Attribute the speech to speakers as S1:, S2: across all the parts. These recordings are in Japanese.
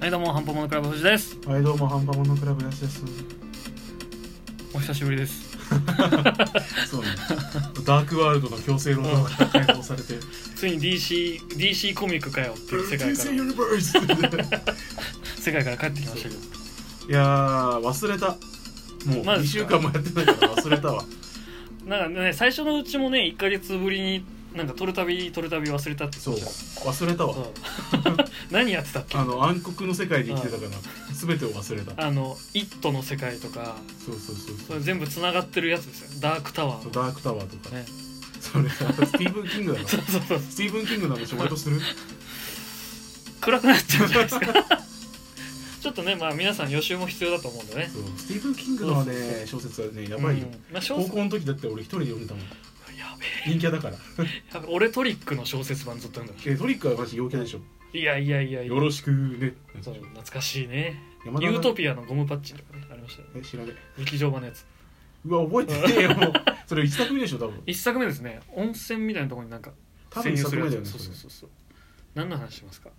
S1: はいどうもハンパモノクラブ藤です
S2: はいどうもハンパモノクラブやすです
S1: お久しぶりです
S3: そうね。
S2: ダークワールドの強制労働から解放されて「
S1: ついに DC DC コミックかよっていう世界か
S2: DC ユ
S1: ら
S2: ニバース」
S1: 世界から帰ってきましたけど
S2: いやー忘れたもう
S1: マジ
S2: 2
S1: っす
S2: 週
S1: か
S2: 間もやってないから忘れたわ
S1: なんかね最初のうちもね1か月ぶりになんか撮るたび撮るたび忘れたって
S2: そ
S1: 言
S2: う
S1: ってた
S2: 忘れた
S1: そう
S2: わ
S1: 何やってたっけ
S2: あの暗黒の世界で生きてたから全てを忘れた
S1: あの「イット!」の世界とか
S2: そうそうそう
S1: そ
S2: そ
S1: れ
S2: う
S1: 全部つながってるやつですよダークタワーとか
S2: ダークタワーとか、
S1: ね
S2: それさスティーブン・キングだろ
S1: そう
S2: ス
S1: そうそう
S2: ティーブン・キングなの仕事する
S1: 暗くなっちゃうじゃないですか ちょっとねまあ皆さん予習も必要だと思うんでね
S2: そうスティーブン・キングのね小説はねやばいよ、
S1: うんまあ、小
S2: 高
S1: 説
S2: 校の時だって俺一人で読んでたもん
S1: やべ
S2: 陰キャだから
S1: え俺トリックの小説版ずっと読んだ
S2: えトリックはマジ陽キャでしょ
S1: いやいやいやいや
S2: よろしくね
S1: そう懐かしいね
S2: 山田
S1: ユ
S2: が
S1: ートピアのゴムパッチンとかねありましたよ
S2: え知らね
S1: 劇場版のやつ
S2: えうわ覚えてねえよもうそれ一作目でしょ多分
S1: 一作目ですね温泉みたいなところになんか
S2: 多分一作目だよね
S1: 潜入
S2: それ
S1: するやつそうそうそうそう何の話しますか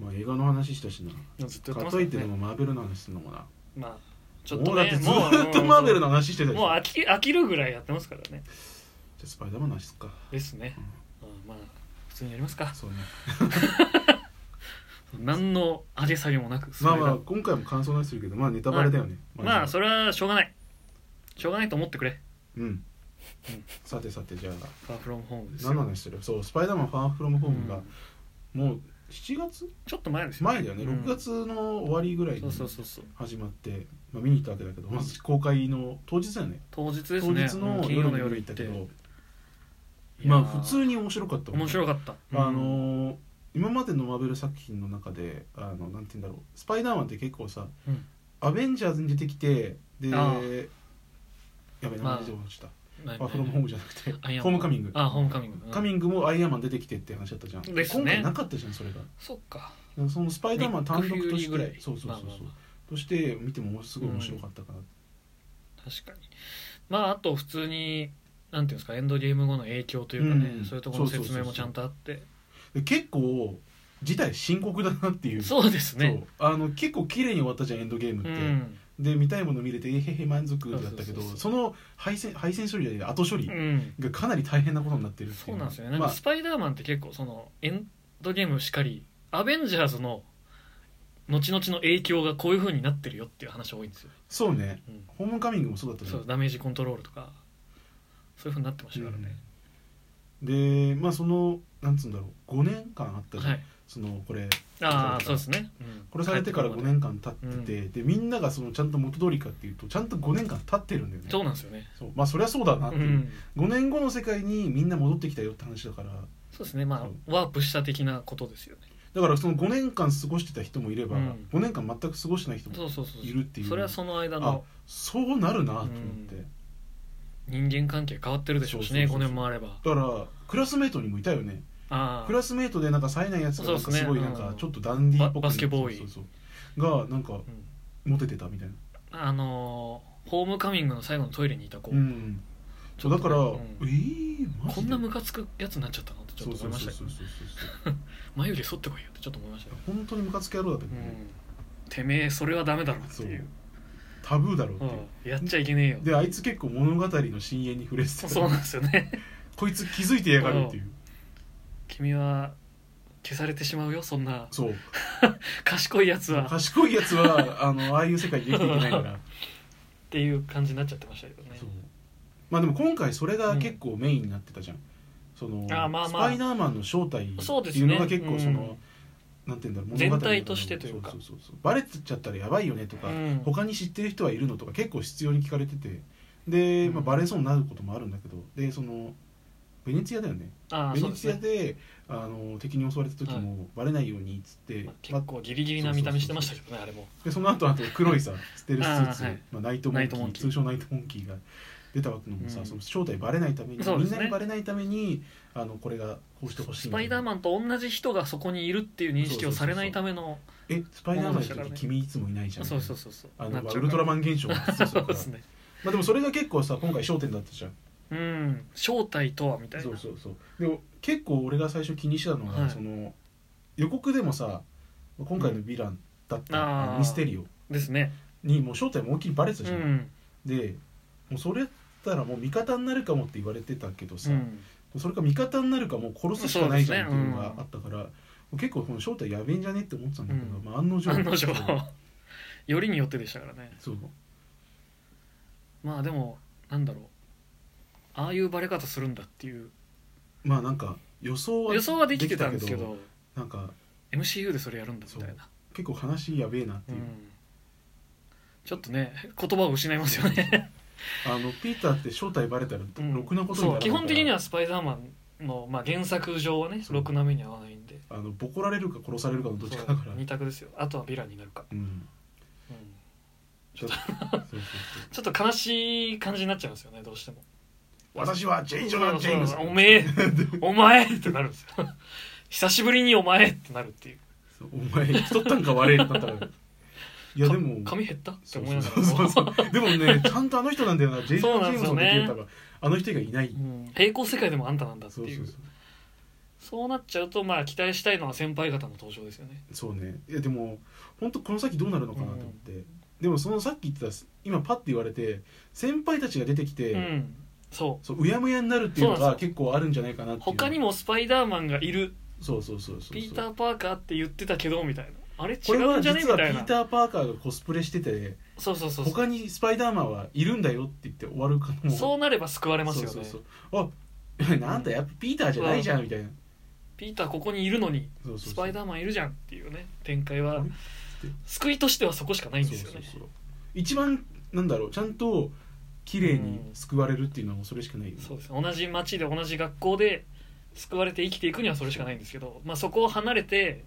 S2: まあ映画の話したしな
S1: ずっとやってます
S2: かと
S1: か
S2: い
S1: ら
S2: ってで
S1: ね
S2: もマーベルの話するのもな
S1: まあちょっ
S2: も
S1: と
S2: うだっ
S1: ね
S2: てずーっとマーベルの
S1: も
S2: 話してた
S1: う
S2: でし
S1: もう
S2: ょ
S1: 飽き飽きるぐらいやってますからね
S2: じゃあスパイダーマンの話すっか
S1: ですね、うんまあ普通にやりますか
S2: そうね
S1: 何の上げ下げもなく
S2: まあまあ
S1: そ
S2: 今回も感想の話するけどまあネタバレだよね
S1: れがまあ
S2: れ
S1: それはしょうがないしょうがないと思ってくれ
S2: うんさてさてじゃあ
S1: ファーフロムホームですよ
S2: 何の話してるそうスパイダーマンファーフロムホーム
S1: う
S2: が
S1: ん
S2: もう7月
S1: ちょっと前ですよ
S2: 前だよね
S1: うん
S2: 6月の終わりぐらい
S1: そ
S2: に
S1: うそうそうそう
S2: 始まって、まあ、見に行ったわけだけどまず公開の当日だよね
S1: 当日です
S2: 当
S1: ね
S2: 日の
S1: うん金曜
S2: 夜
S1: の夜
S2: に夜
S1: 行
S2: 行
S1: っ
S2: ってたけど
S1: いやー
S2: まあ普通に面白かった
S1: 面白
S2: かっ
S1: かった、
S2: あのー今までのマーベル作品の中であのなんて言うんだろうスパイダーマンって結構さ、
S1: うん
S2: アベンジャーズに出てきてで
S1: ああ
S2: やべえ
S1: まあ
S2: 何で落ちた、
S1: 何
S2: あ、フロムホームじゃなくて
S1: アイアンマン
S2: ホームカミング
S1: あホームカミング、うん
S2: カミングもアイアンマン出てきてって話だったじゃん、
S1: ですね
S2: 今回なかったじゃんそれが
S1: そっか
S2: でもそのスパイダーマン単独
S1: ニックフュー
S2: と
S1: リー
S2: し
S1: ぐらい
S2: てそうそうそうそう、
S1: まあまあま
S2: として見てもすごい面白かったかな、
S1: 確かにまああと普通になんていうんですかエンドゲーム後の影響というかね、
S2: うん
S1: そういうところの
S2: そうそう
S1: 説
S2: そうそう
S1: 明もちゃんとあって
S2: で結構事態深刻だなっていう
S1: そうですね
S2: そうあの結構綺麗に終わったじゃんエンドゲームっ
S1: う
S2: て、
S1: ん、
S2: で見たいもの見れてえへへ満足だった
S1: そう
S2: け
S1: そう
S2: ど
S1: そうそう
S2: その配線配線処理や後処理
S1: うん、
S2: がかなり大変なことになってるってい
S1: そうなんですよねなん
S2: ま
S1: か
S2: あ
S1: スパイダーマンって結構そのエンドゲームしかりアベンジャーズの後々の影響がこういう風になってるよっていう話多いんですよ、
S2: そうね
S1: うん
S2: ホームカミングもそうだったじゃ
S1: そうんダメージコントロールとかそういう風になってましたからね、
S2: でまあそのなんつうんだろう5年間あったじゃん、
S1: はい
S2: そのこれ
S1: ああそうですね、うん
S2: これされてから5年間経ってて、でみんながそのちゃんと元通りかっていうとちゃんと5年間経ってるんだよね
S1: そうなんですよね
S2: そうまあそりゃそうだなって
S1: う
S2: いう、
S1: ん
S2: 5年後の世界にみんな戻ってきたよって話だから
S1: そうですねま
S2: そ
S1: あワープした的なことですよね
S2: だからその5年間過ごしてた人もいれば、
S1: うん
S2: 5年間全く過ごしてない人も
S1: そうそうそう
S2: いるっていう
S1: それはその間
S2: あ
S1: の
S2: そうなるなと思って、
S1: うん人間関係変わってるでしょうしね
S2: そうそうそう
S1: 5年
S2: そう
S1: もあれば
S2: だからクラスメートにもいたよね
S1: あ
S2: ク
S1: あ
S2: ラスメートでなんか冴えないやつがなん
S1: そ
S2: か
S1: うですね
S2: すごいなんかちょっとダンディーっぽく
S1: ババスケボーイ
S2: そうそうそうがなんか
S1: うん
S2: モテてたみたいな、
S1: あのーホームカミングの最後のトイレにいた子
S2: うん、
S1: ち
S2: そ
S1: ょ
S2: う
S1: っと
S2: だから、
S1: うん
S2: えー、マ
S1: こ
S2: ジで
S1: んなムカつくやつになっちゃったのってちょっと思いましたけ
S2: そ
S1: ど
S2: うそうそうそうそう
S1: 眉毛剃ってこいよってちょっと思いましたよ
S2: 本当にムカつく野郎だったけ
S1: う
S2: どね、
S1: んてめえそれはダメだろっていう
S2: タブーだろうっていう、
S1: うんやっちゃいけねえよ
S2: であいつ結構物語の深淵に触れて
S1: そ
S2: た
S1: うそうなんですよね
S2: こいつ気づいてやがるっていう
S1: 君は消されてしまうよそんな
S2: そう
S1: 賢いやつはっ
S2: 賢いやつはあのああいう世界で生きていけないから
S1: ていう感じになっちゃってましたけどね
S2: そうまあでも今回それが結構メインになってたじゃん、その
S1: あまあまあ
S2: スパイダーマンの正体って
S1: そうです
S2: い
S1: ね
S2: うのが結構その
S1: うん
S2: なんて言うんだろう
S1: 全体
S2: 物語の中で
S1: としてというか
S2: そうそうそうそうバレてちゃったらやばいよねとか、
S1: うん
S2: 他に知ってる人はいるのとか結構必要に聞かれててで、ま
S1: う
S2: あ、
S1: ん
S2: バレそうになることもあるんだけどでそのベネツィアだよね
S1: ああ
S2: ベ
S1: そう
S2: ネ
S1: です
S2: ツィア
S1: ね
S2: であの敵に襲われた時もバレないようにっつって、
S1: まあ結構ギリギリな見た目してましたけどねあれも
S2: でその後あと黒 いさステルススーツ
S1: あーはい
S2: まあ、ナイトモン
S1: ナ
S2: キ
S1: イト
S2: ー
S1: モンキー
S2: 通称ナイトモンキーが出たわけのもさ、
S1: うん
S2: その正体バレないために、
S1: そうです
S2: みん
S1: ね
S2: なにバレないためにあのこれがこうしてほしい
S1: スパイダー
S2: ン
S1: マンと同じ人がそこにいるっていう認識をされないための
S2: えスパイダーマン
S1: ものでしたから
S2: の時
S1: ね
S2: 君いつもいないじゃん
S1: そうそうそうそう
S2: あ
S1: な
S2: の
S1: っちゃう
S2: ウルトラマン現象が発生す
S1: そ
S2: る
S1: う
S2: か
S1: で
S2: ら
S1: すね
S2: まあでもそれが結構さ今回焦点だったじゃん
S1: うん正体とはみたいな
S2: そうそうそうでも結構俺が最初気にしたのが、
S1: はい
S2: その予告でもさ今回のヴィランだった
S1: あー
S2: ミステリオ
S1: ですね
S2: にもう正体も大きいバレてた
S1: う
S2: じゃん、
S1: ん
S2: でもうそれやったらもう味方になるかもって言われてたけど
S1: う
S2: さ、
S1: ん
S2: それか味方になるかもう殺すしかないじゃんっていうのが
S1: そうですねうん
S2: あったから、結構この正体やべえんじゃねって思ってたんだけど、
S1: うん
S2: まあ、案の定
S1: 案の定
S2: そう
S1: よりによってでしたからね
S2: そう
S1: まあでもなんだろうああいうバレ方するんだっていう
S2: まあなんか予想は
S1: 予想はできてたんですけ
S2: でき
S1: ど
S2: なんか
S1: MCU でそれやるんだみたいな
S2: 結構話やべえなっ
S1: う
S2: ていう、
S1: んちょっとね言葉を失いますよ ね
S2: あのピーターって正体バレたら
S1: うん
S2: ろくなことに
S1: そ
S2: ならな
S1: う
S2: い
S1: 基本的に
S2: は
S1: はスパイダーマンの、まあ、原作上はね
S2: そう
S1: ろくな目に合わないんで
S2: あのボコられるか殺されるかのどっちかだから
S1: 2択ですよあとはヴィランになるか、
S2: うん
S1: うん
S2: ちょっとそうそうそう
S1: ちょっと悲しい感じになっちゃうんですよねどうしても
S2: 私はジェイ・ジョナン・ジェームズ
S1: そうそうおめえ お前ってなるんですよ 久しぶりにお前ってなるっていう
S2: そうお前生きとったんか悪いってなったらいやでも
S1: 髪減ったって
S2: そう
S1: 思いながら
S2: そうそうそうでもねちゃんとあの人な んだよなジェイ・ジ
S1: そう
S2: ョ
S1: な
S2: ナ
S1: ん
S2: ン・ジ
S1: で
S2: ェー
S1: す
S2: ムズ
S1: よね
S2: の出てたらあの人以外いない
S1: うん平行世界でもあんたなんだって
S2: そう
S1: いう
S2: そ
S1: そうう
S2: そう
S1: なっちゃうとまあ期待したいのは先輩方の登場ですよね
S2: そうねいやでも本当この先どうなるのかなと思って、でもそのさっき言ってた今パッて言われて先輩たちが出てきて、
S1: うんそ
S2: そううやむやになるっていうの
S1: そうなん
S2: が
S1: で
S2: 結構あるんじゃないかなっ
S1: う
S2: ていう
S1: 他にもスパイダーマンがいる
S2: そうそうそうそう
S1: ピーター・パーカーって言ってたけどみたいなあれ違
S2: これ
S1: う
S2: は
S1: んじゃねみ
S2: 実はピ
S1: たい
S2: ー
S1: な
S2: ター・パーカーがコスプレしてて
S1: そうそうそうそう
S2: 他にスパイダーマンはいるんだよって言って終わるかも
S1: そうなれば救われますよね
S2: そうそうそうあ なんだやっぱピーターじゃないじゃんみたいな
S1: ピーターここにいるのに
S2: そうそうそ
S1: ス
S2: う
S1: パイダーマンいるじゃんっていうね展開は
S2: あれ
S1: 救いとしてはそこしかないんですよね
S2: そうそうそう一番なんだろうちゃんと綺麗に救われるっていうのはもうそれしかないよね
S1: そうですね同じ町で同じ学校で救われて生きていくにはそれしかないんですけど、まあ、そこを離れて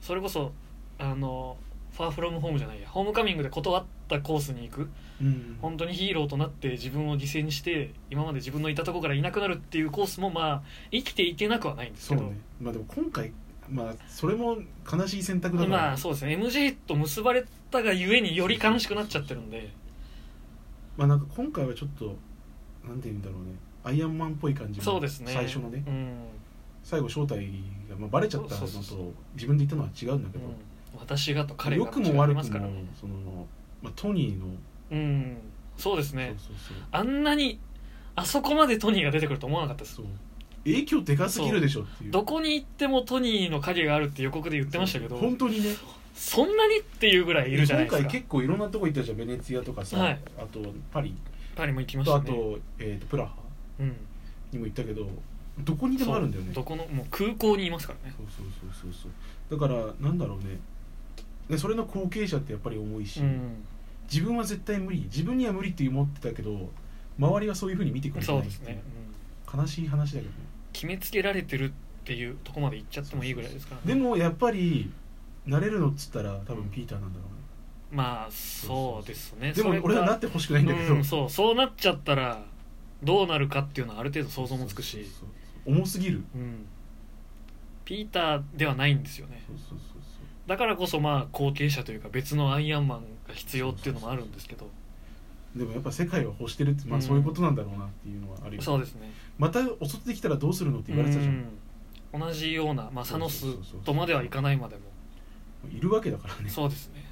S1: それこそあのファーフロムホームじゃないやホームカミングで断ったコースに行く
S2: うん
S1: 本当にヒーローとなって自分を犠牲にして今まで自分のいたとこからいなくなるっていうコースもまあ生きていけなくはないんです
S2: そ
S1: け
S2: う
S1: ど、
S2: ねまあでも今回まあそれも悲しい選択だから、
S1: まあそうですね MJ と結ばれたがゆえにより悲しくなっちゃってるんで
S2: まあなんか今回はちょっとなんて言うんだろうねアイアンマンっぽい感じも
S1: そうですね
S2: 最初のね
S1: うん
S2: 最後正体が、まあ、バレちゃったのと
S1: そうそうそ
S2: 自分で言ったのは違うんだけ
S1: う
S2: ど、
S1: ん私がと彼が
S2: 良くも悪
S1: 違い
S2: くも
S1: ます
S2: そ
S1: から
S2: の
S1: ね、
S2: まあ、トニーの、
S1: うんそうですね
S2: そうそう
S1: あんなにあそこまでトニーが出てくると思わなかったです
S2: そうそう影響でかすぎるでしょっていう
S1: どこに行ってもトニーの影があるって予告で言ってましたけど
S2: 本当にね
S1: そんなにっていうぐらいいるじゃないです
S2: 今
S1: か
S2: 回結構いろんなとこ行ったじゃんベネツィアとかさ、
S1: はい
S2: あとパリ
S1: パリも行きまし
S2: と
S1: た
S2: あ
S1: ね
S2: と,、えー、とプラハ
S1: うん
S2: にも行ったけどどこにでもあるんだよね
S1: どこのもう空港にいますからね
S2: そうそうそうそうそうだからなんだろうねでそれの後継者ってやっぱり重いし、
S1: うん
S2: 自分は絶対無理自分には無理って思ってたけど周りはそういうふうに見てくれて
S1: そ
S2: な
S1: う
S2: い
S1: で
S2: っ
S1: す
S2: ていう
S1: ね、うん
S2: 悲しい話だけどね
S1: 決めつけられてるっていうとこまで行っちゃってもいいぐらいですからね
S2: でもやっぱり慣れるのっつったら多分ピーターなんだろうね
S1: まあそうですね
S2: で
S1: それ
S2: も
S1: が
S2: 俺はなってほしくないんだけど、
S1: うんそうそうなっちゃったらどうなるかっていうのはある程度想像もつくし
S2: そうそうそう重すぎる
S1: うんピーターではないんですよね
S2: そうそうそうそ
S1: だからこそまあ後継者というか別のアイアンマンが必要っていうのもあるんですけど
S2: うでもやっぱ世界は欲してるって、まあ、そういうことなんだろうなっていうのはあるよ、
S1: そうですね
S2: また襲ってきたらどうするのって言われてたじゃん
S1: うん同じような、まあ、サノスとまではいかないまでも
S2: いるわけだからね
S1: そうですね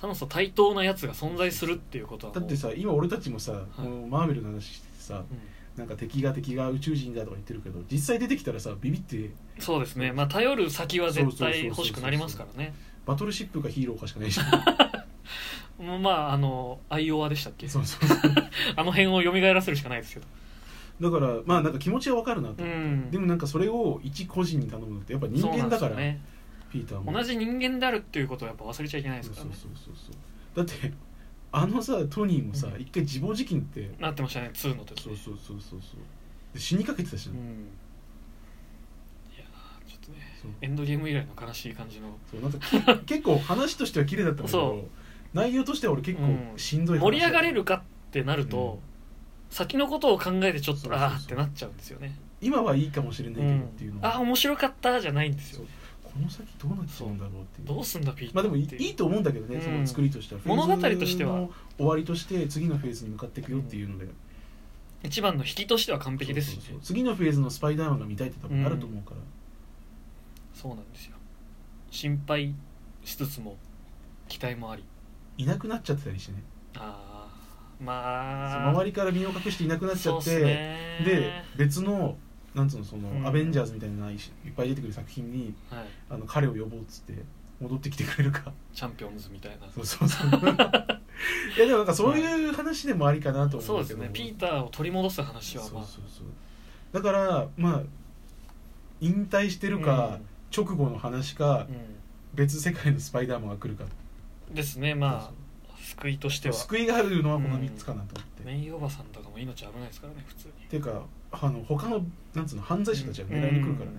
S1: サノスと対等なやつが存在するっていうことはも
S2: だ
S1: う
S2: ってさ今俺たちもさ、このマーベルの話しててさ
S1: うん
S2: なんか敵が敵が宇宙人だとか言ってるけど実際出てきたらさビビって
S1: そうですねまあ頼る先は絶対欲しくなりますからね
S2: バトルシップかヒーローかしかないし
S1: もうまああのアイオワでしたっけ
S2: そうそうそう
S1: あの辺を蘇らせるしかないですけど
S2: だからまあなんか気持ちはわかるなと、
S1: うん
S2: でもなんかそれを一個人に頼むのってやっぱ人間
S1: そうなん
S2: だから、
S1: ですよね
S2: ピーターも
S1: 同じ人間であるっていうことはやっぱ忘れちゃいけないです
S2: そう
S1: か
S2: そ
S1: ら
S2: う
S1: ね
S2: そうそうだってあのさトニーもさ、
S1: うん
S2: 一回自暴自棄にって
S1: なってましたね2の時
S2: そうそうそうそうそうで死にかけてたし、、
S1: うんいやーちょっとね
S2: そう
S1: エンドゲーム以来の悲しい感じの
S2: そうなんかき 結構話としては綺麗だったんだけ
S1: そ
S2: ど内容としては俺結
S1: うん
S2: 構しんどい話だった、
S1: 盛り上がれるかってなると、先のことを考えてちょっ
S2: そうそう
S1: とあ
S2: そう
S1: あーってなっちゃうんですよね、
S2: 今はいいかもしれないうけどっていうんの、は
S1: あー面白かったじゃないんですよ
S2: この先どうなっちゃうんだろうっていう
S1: どうすんだピータ
S2: まあで
S1: ー
S2: も
S1: っ
S2: い
S1: ていう
S2: いいと思うんだけどね、
S1: うん
S2: その作りとしては
S1: 物語としては
S2: フェーズの終わりとして次のフェーズに向かっていくよっていうので、
S1: 一番の引きとしては完璧ですしね
S2: そうそうそう次のフェーズのスパイダーマンが見たいって多分あると思うから、
S1: そうなんですよ心配しつつも期待もあり
S2: いなくなっちゃってたりしてね
S1: ああ
S2: そう
S1: まあ
S2: 周りから身を隠していなくなっちゃって
S1: そうすね
S2: で別のなんつうのその、
S1: うん
S2: アベンジャーズみたいないしいっぱい出てくる作品に
S1: はい、
S2: あの彼を呼ぼうっつって戻ってきてくれるか
S1: チャンピオンズみたいな
S2: そうそうそういやでもなんかそういう話でもありかなと
S1: そ
S2: 思
S1: う
S2: う
S1: で
S2: ん
S1: す
S2: だけど
S1: ねピーターを取り戻す話は
S2: そう
S1: まあ
S2: そうそうだからまあ引退してるか、直後の話か、
S1: うん
S2: 別世界のスパイダーマンが来るか
S1: うんですねまあ救いとしては
S2: 救いがあるのはこの3つかなと思って、
S1: メイおばさんとかも命危ないですからね普通に
S2: っていうかあの他のなんつうの犯罪者たちが狙いに来るからね、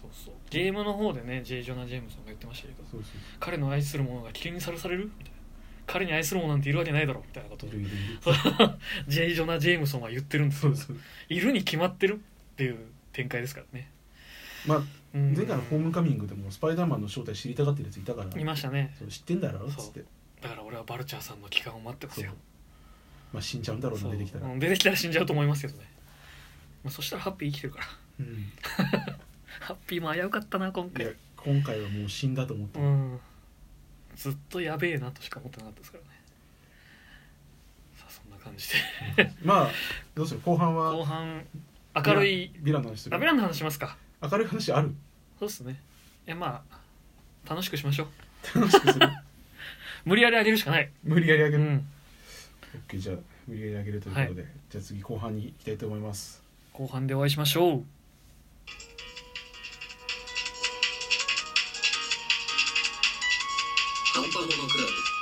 S1: そうそうゲームの方でねジェイ・ジョナ・ジェームソンが言ってましたけど
S2: そうそう
S1: 彼の愛するものが危険にさらされるみたいな彼に愛するものなんているわけないだろうみたいなことを
S2: いるいるいる
S1: ジェイ・ジョナ・ジェームソンは言ってるんです
S2: そ
S1: よ
S2: うそう
S1: いるに決まってるっていう展開ですからね、
S2: まあ
S1: うん
S2: 前回のホームカミングでもスパイダーマンの正体知りたがってるやついたから
S1: いましたね
S2: そう知ってんだろっつって
S1: だから俺はバルチャーさんの帰還を待ってますよ
S2: まあ死んじゃうんだろう
S1: そ
S2: な
S1: う
S2: 出てきたら
S1: うん出てきたら死んじゃうと思いますけどね、まあ、そしたらハッピー生きてるから
S2: うん
S1: ハッピーも危うかったな今
S2: いや
S1: 回
S2: 今回はもう死んだと思って
S1: うんずっとやべえなとしか思ってなかったですからねさあそんな感じで
S2: まあどうする後半
S1: 後
S2: は
S1: 半明るい
S2: ヴィランの話す
S1: ラ
S2: る
S1: ベランの話しますか
S2: 明るい話ある
S1: そうっすねいやまあ楽しくしましょう
S2: 楽しく する
S1: 無理やり上げるしかない
S2: 無理やり上げ
S1: う
S2: る、
S1: ん
S2: OK じゃあ無理やり上げるということで、じゃあ次後半に行きたいと思います
S1: 後半でお会いしましょう
S3: ハンパモノクラブ